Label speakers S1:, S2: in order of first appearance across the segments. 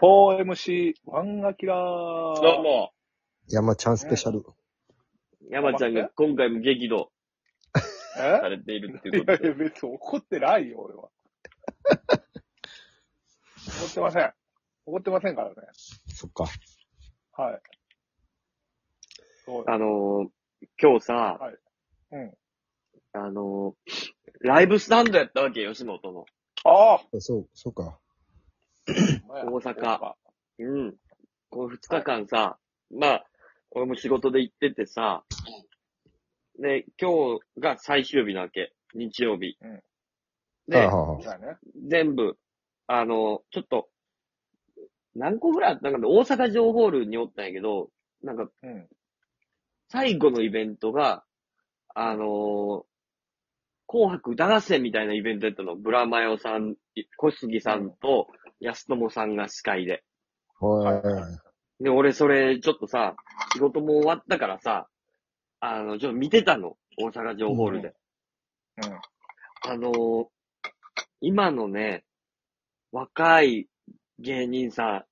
S1: 4MC、ワンアキラー。
S2: どうも、
S3: 山ちゃんスペシャル。
S2: 山ちゃんが今回も激怒
S1: え
S2: されているってい
S1: いうや
S2: こと
S1: い
S2: で。
S1: や、別に怒ってないよ、俺は。怒ってません。怒ってませんからね。
S3: そっか。
S1: はい。そう
S2: あのー、今日さ、
S1: はいうん
S2: あのー、ライブスタンドやったわけ、吉本の。
S1: ああ
S3: そう、そうか。
S2: 大阪。うん。この二日間さ、まあ、俺も仕事で行っててさ、で、今日が最終日なわけ。日曜日。
S1: うん
S2: で、
S3: はあはあはあ
S1: そうやね。
S2: 全部、あの、ちょっと、何個ぐらいあったんかな大阪城ホールにおったんやけど、なんか、
S1: うん。
S2: 最後のイベントが、あのー紅白歌合戦みたいなイベントやったの。ブラマヨさん、小杉さんと安友さんが司会で。
S3: はい
S1: はいは。
S2: で、俺それ、ちょっとさ、仕事も終わったからさ、あの、ちょっと見てたの。大阪城ホールで。
S1: うんうん
S2: あのー今のね、若い芸人さ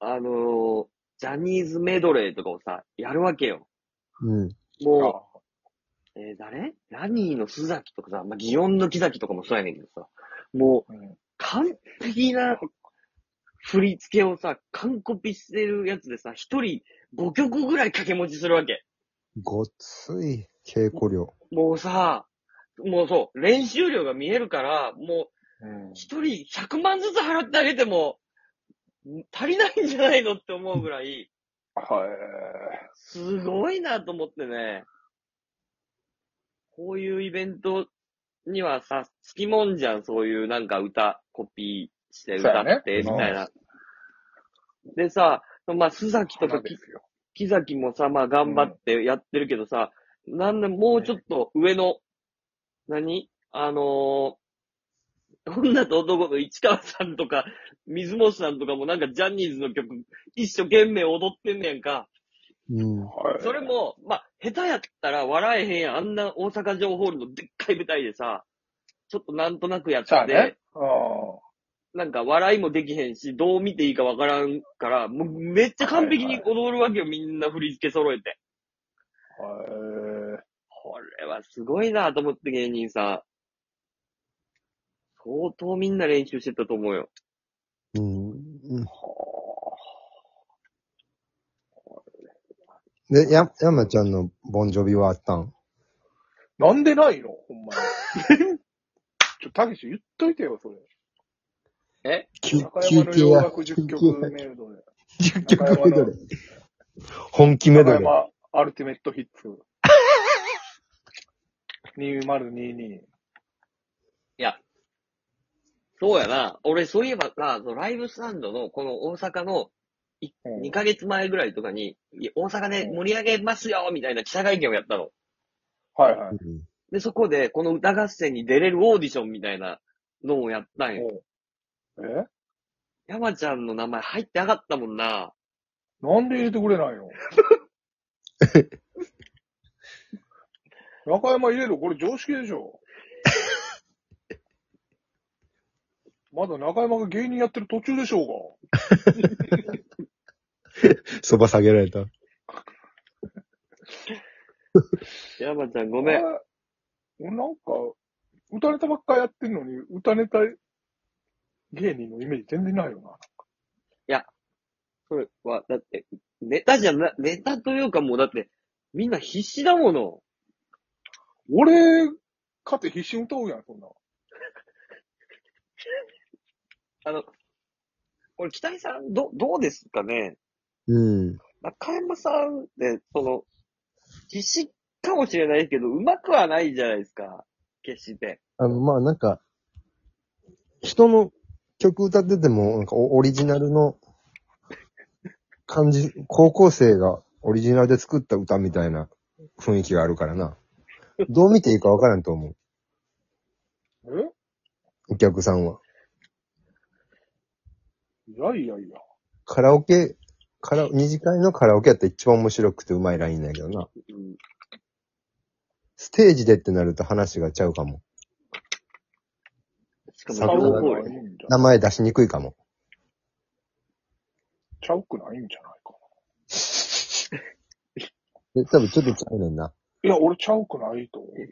S2: ん、あのージャニーズメドレーとかをさ、やるわけよ。
S3: うん。
S2: もう、
S1: あ
S2: えー誰ラニーの須崎とかさ、まあ、祇園の木崎とかもそうやねんけどさ、もう
S1: うん
S2: 完璧な振り付けをさ、完コピしてるやつでさ、一人5曲ぐらい掛け持ちするわけ。
S3: ごっつい稽古量。
S2: もうさ、もうそう、練習量が見えるから、も
S1: うん
S2: う一人100万ずつ払ってあげても、ん足りないんじゃないのって思うぐらい、
S1: はい。
S2: すごいなと思ってね、こういうイベントにはさ、好きもんじゃん、そういうなんか歌、コピーして歌って、み
S1: そうやね
S2: たいな。でさ、まあ、須崎と
S1: 花
S2: か
S1: ですよ。
S2: 木崎もさ、まあ頑張ってやってるけどさ、なんでもうちょっと上の、何あのー、女と男の市川さんとか、水本さんとかもなんかジャニーズの曲、一生懸命踊ってんねやんか。
S3: うん。
S1: はい。
S2: それも、まあ、下手やったら笑えへんやん。あんな大阪城ホールのでっかい舞台でさ、ちょっとなんとなくやっ
S1: さ
S2: て
S1: あね。ああ。
S2: なんか笑いもできへんし、どう見ていいかわからんから、もうめっちゃ完璧に踊るわけよ、みんな振り付け揃えて。
S1: はい。
S2: これはすごいなと思って芸人さん。相当みんな練習してたと思うよ。
S3: うん。うん
S1: は
S3: で、や、山ちゃんのボンジョビはあったん
S1: あなんでないのほん まに。ちょ、たけし言っといてよ、それ。
S3: き
S1: 中
S3: 聞
S1: 山
S3: い
S1: の
S3: て
S1: 洋
S3: や。
S1: 楽10曲メドレー。
S3: 10
S1: 中山
S3: 曲メドレ
S1: の
S3: ー。本気メ
S1: 中
S3: ドレー。
S1: 山アルティメットヒッツ。2022。
S2: そうやな。俺、そういえばさ、そのライブスタンドの、この大阪の、
S1: うん
S2: 2ヶ月前ぐらいとかに、いや大阪で
S1: うん
S2: 盛り上げますよみたいな記者会見をやったの。
S1: はいはい。
S2: で、そこで、この歌合戦に出れるオーディションみたいなのをやったんよ。
S1: おう
S2: 山ちゃんの名前入ってなかったもんな。
S1: えなんで入れてくれないの中山入れるこれ常識でしょ。まだ中山が芸人やってる途中でしょ
S3: そば下げられた。
S2: 山ちゃんご
S1: うが。
S2: めん。
S1: 俺なんか、歌ネタばっかやってんのに、歌ネタ芸人のイメージ全然ないよな。
S2: それは、だって、ネタじゃな、ネタというかもうだって、みんな必死だもの。
S1: 俺、かて必死に歌うやん、そんな。
S2: 俺、北井さん、ど、どうですかね
S3: うん。
S2: 中山さんって、その、必死かもしれないけど、うまくはないじゃないですか。決して。
S3: あの、まあ、なんか、人の曲歌ってても、なんかオオリジナルの感じ、高校生がオリジナルで作った歌みたいな雰囲気があるからな。どう見ていいかわからんと思う。
S1: え
S3: お客さんは。
S1: いやいやいや。
S3: カラオケ、カラ、二次会のカラオケやったら一番面白くてうまいラインなんやけど
S2: う
S3: な。
S2: ん。
S3: ステージでってなると話がちゃうかも。
S2: しかも、
S3: サ
S2: 情
S3: ブ
S2: 報
S3: カル
S1: いい
S2: 量
S1: んじゃん
S3: 名前出しにくいかも。
S1: ちゃうくないんじゃないか
S3: え、多分ちょっとちゃうねんな。
S1: な。いや、俺ちゃうくないと思うよ。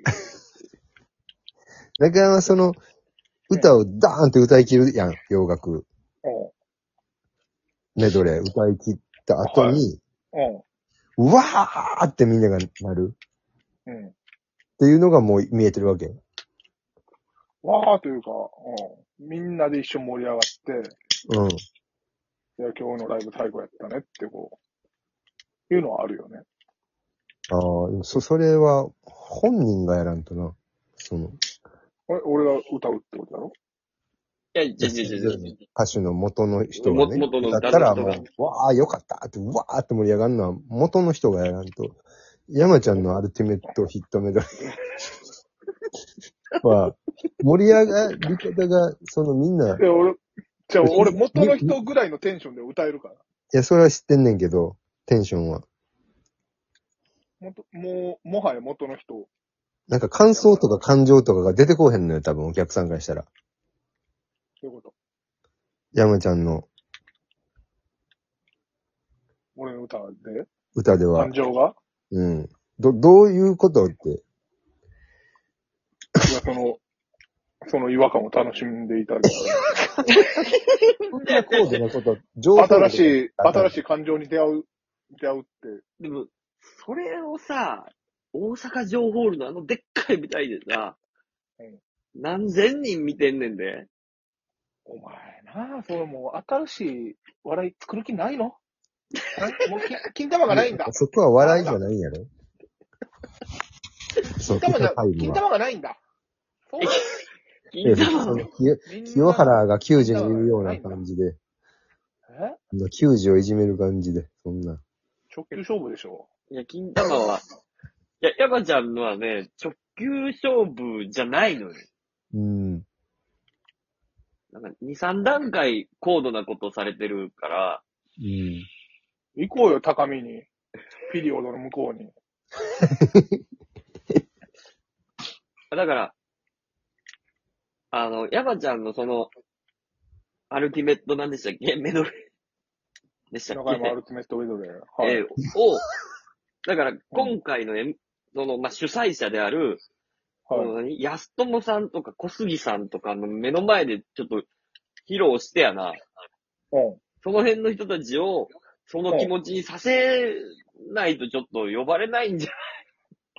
S3: 中山はその、歌をダーンって歌い切るやん、洋楽。メドレー歌い切った後に、
S1: う
S3: うわーってみんながなる
S1: ん。うん。うん。
S3: っていうのがもう見えてるわけ。
S1: わーというか、うん。みんなで一緒に盛り上がって、
S3: うん。
S1: いや、今日のライブ最後やったねってこう、いうのはあるよね。
S3: ああ、でもそ、それは本人がやらんとな。その、
S1: え俺が歌うってことだろ
S2: いや、違う違う違う。
S3: 歌手の元の人がね。
S2: も元の
S3: だったら
S2: 元
S3: も
S2: の人が
S3: う、わあ、よかったって、うわあって盛り上がるのは元の人がやらんと。山ちゃんのアルティメットヒットメドレー は、盛り上がり方が、そのみんな、い
S1: いや、俺、じゃあ
S3: 別に
S1: 俺元の人ぐらいのテンションで歌えるから。
S3: や、それは知ってんねんけど、テンションは。
S1: もともう、もはや元の人。
S3: なんか感想とか感情とかが出てこうへんのよ、多分お客さんからしたら。
S1: ということ。
S3: 山ちゃんの
S1: 俺の歌で
S3: 歌では
S1: 感。情が
S3: うん。ど、どういうことって。
S1: いや、その、その違和感を楽しんでいただけ
S3: 高度なこと、上
S1: たら。新しい、新
S3: しい。
S1: しい感情に出会う、出会うって。
S2: でも、それをさ、大阪城ホールのあのでっかい舞台でさ、
S1: うん
S2: 何千人見てんねんで。
S1: お前なあそれもう新しい笑い作る気ないのえもうき金玉がないんだ。
S3: そこは笑いじゃないんやろ そう、
S1: 金玉じゃ、
S3: 金
S1: 金
S3: 玉
S1: 玉がないんだ。そう
S2: 銀
S3: そ
S2: 玉
S3: の
S2: の、
S3: 清
S1: みんな
S3: 清原が球児に言うような感じで、
S1: え
S3: 球児をいじめる感じで、そんな。
S1: 直球勝負でしょ。
S2: いや、金玉は、いや、山ちゃんのはね、直球勝負じゃないのよ。
S3: うん。
S2: なんか、2、3段階高度なことされてるから、
S3: うん。
S1: 行こうよ、高みに。ピリオドの向こうに。
S2: だから、あの、山ちゃんのその、アルティメットなんでしたっけメドレーでした っ
S1: 中
S2: け
S1: 山アルティメットウィドで。はい。
S2: えーを、だから今回の、M その、まあ、主催者である、そ
S1: はい
S2: の何安友さんとか小杉さんとかの目の前でちょっと披露してやな、
S1: うん。
S2: その辺の人たちを、その気持ちにさせないとちょっと呼ばれないんじゃ、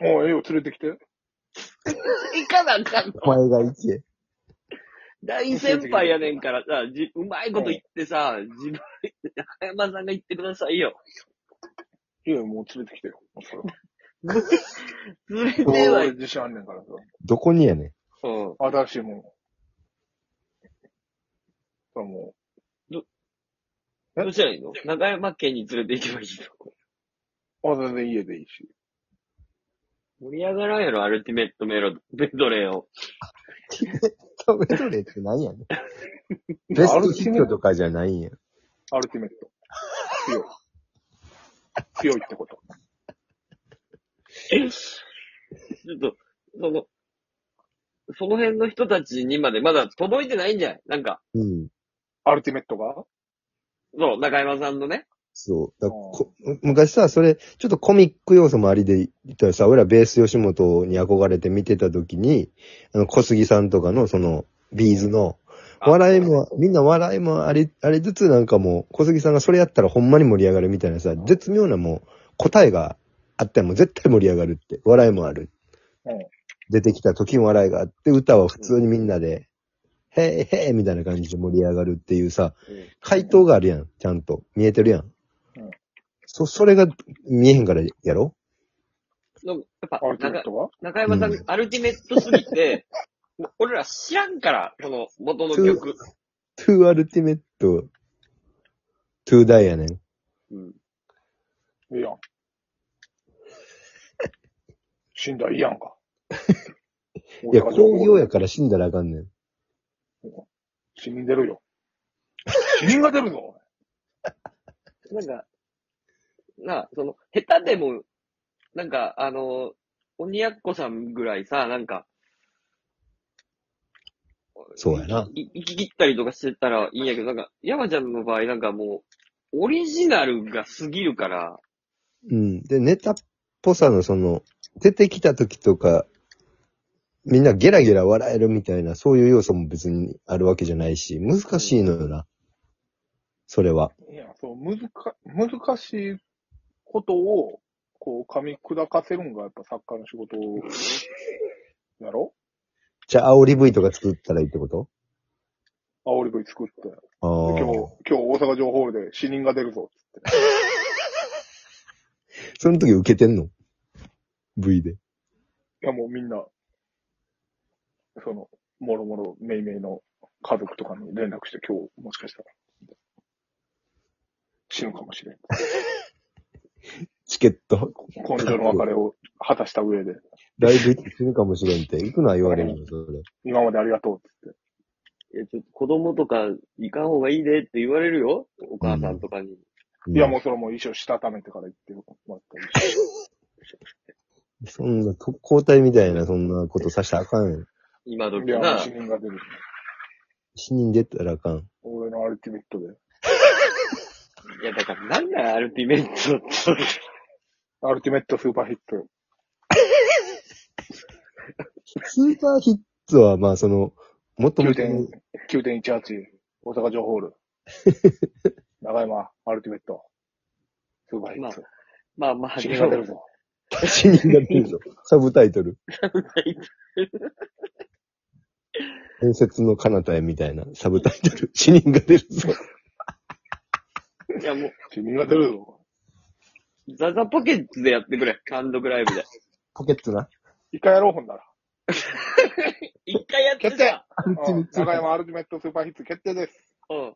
S1: もうええよ、連れてきて。
S2: いかなあかんの
S3: お前が行け。
S2: 大先輩やねんからさ、じうまいこと言ってさ、自分、中山さんが言ってくださいよ。
S1: いや、もう連れてきてよ。それは
S2: 連れては
S1: 俺
S2: い、
S1: 自信あんねんからさ。
S3: どこにやねん。
S2: うん。
S1: 新しいもの。それはも
S2: どうしたらいいの中山家に連れて行けばいい
S1: う、
S2: の
S1: あ、全然家でいいし。
S2: 盛り上がらんやろ、アルティメットメロ、メドレーを。
S3: 食べとれってなん やねん。ベストヒットとかじゃないんや。
S1: アルティメット。強い。強いってこと。
S2: え ちょっと、その、その辺の人たちにまでまだ届いてないんじゃないなんか、
S3: うん。
S1: アルティメットが
S2: そう、中山さんのね。
S3: そう。だこ昔さ、それ、ちょっとコミック要素もありで言ったらさ、俺らベース吉本に憧れて見てた時に、あの、小杉さんとかの、その、ビーズの、
S2: あ
S3: 笑いも、みんな笑いもあり、ありつつなんかもう、小杉さんがそれやったらほんまに盛り上がるみたいなさ、絶妙なもう、答えがあってもう絶対盛り上がるって、笑いもある。
S1: うん
S3: 出てきた時も笑いがあって、歌は普通にみんなで、へーへーみたいな感じで盛り上がるっていうさ、
S2: うん
S3: 回答があるやん、ちゃんと。見えてるや
S1: う
S3: ん。
S1: ん
S3: そ、それが見えへんからやろ
S2: なんかやっぱ
S1: アル、ティメ
S2: 中
S1: ットが
S2: 中山さん、
S3: うん
S2: アルティメットすぎて、 俺ら知らんから、この元の曲。
S3: トゥーアルティメット、トゥーダイやねん。
S2: うん。
S1: いいやん。死んだらいいやんか。
S3: いや、工業やから死んだらあかんねん。
S1: 死んでるよ。死人が出るぞ。
S2: なんか、なあ、その、下手でも、なんか、あの、鬼やっこさんぐらいさ、なんか、
S3: そうやな。
S2: い、生き切ったりとかしてたらいいんやけど、なんか、山ちゃんの場合、なんかもオリジナルが過ぎるから、
S3: うん。で、ネタっぽさのその、出てきた時とか、みんなゲラゲラ笑えるみたいな、そういう要素も別にあるわけじゃないし、難しいのよな。それは。
S1: いや、そう、難か、難しいことを、こう、噛み砕かせるんが、やっぱ作家の仕事だろ
S3: じゃあ、煽り V とか作ったらいいってこと
S1: 煽り V 作って。
S3: あ
S1: 今日、
S3: あ。
S1: 今日大阪城ホールで死人が出るぞ。
S3: その時受けてんの ?V で。
S1: いや、もうみんな、その、もろもろ、めいめいの家族とかに連絡して、今日、もしかしたら、死ぬかもしれん。
S3: チケット、
S1: 根性の別れを果たした上で、
S3: ライブ行って死ぬかもしれんって、行くのは言われるの、それ。
S1: 今までありがとうってって。
S2: いや、ちょっと子供とか行かん方がいいでって言われるよ。お母さんとかに。
S1: いや、もうそれはもう衣装したためてから言ってもらったらいいし
S3: うん。そんな、と交代みたいな、そんなことさしたらあかんよ。
S2: 今時
S1: いや、もう
S2: な
S1: 死。人が出る。
S3: 死人出たらあかん。
S1: 俺のアルティメットで。
S2: いや、だからなんなんアルティメットって。
S1: アルティメットスーパーヒット。
S3: スーパーヒッツは、まあ、その、もっともっと、
S1: 9.18、大阪城ホール。長山、アルティメット。スーパーヒット。
S2: まあ まあ、
S1: 死
S2: で
S1: 人が
S2: も
S1: 出るぞ。
S3: 死人が出るぞ。サブタイトル。伝説の彼方へみたいなサブタイトル。死人が出るぞ。
S2: いやも
S1: 死人が出るぞ。
S2: う、ザザポケッツでやってくれ。単独ライブで。
S3: ポケットな。
S1: 一回やろう、ほんなら。
S2: 一回やって
S1: 決定
S2: た。
S1: うん中山アルティメットスーパーヒッツ決定です。
S2: うん。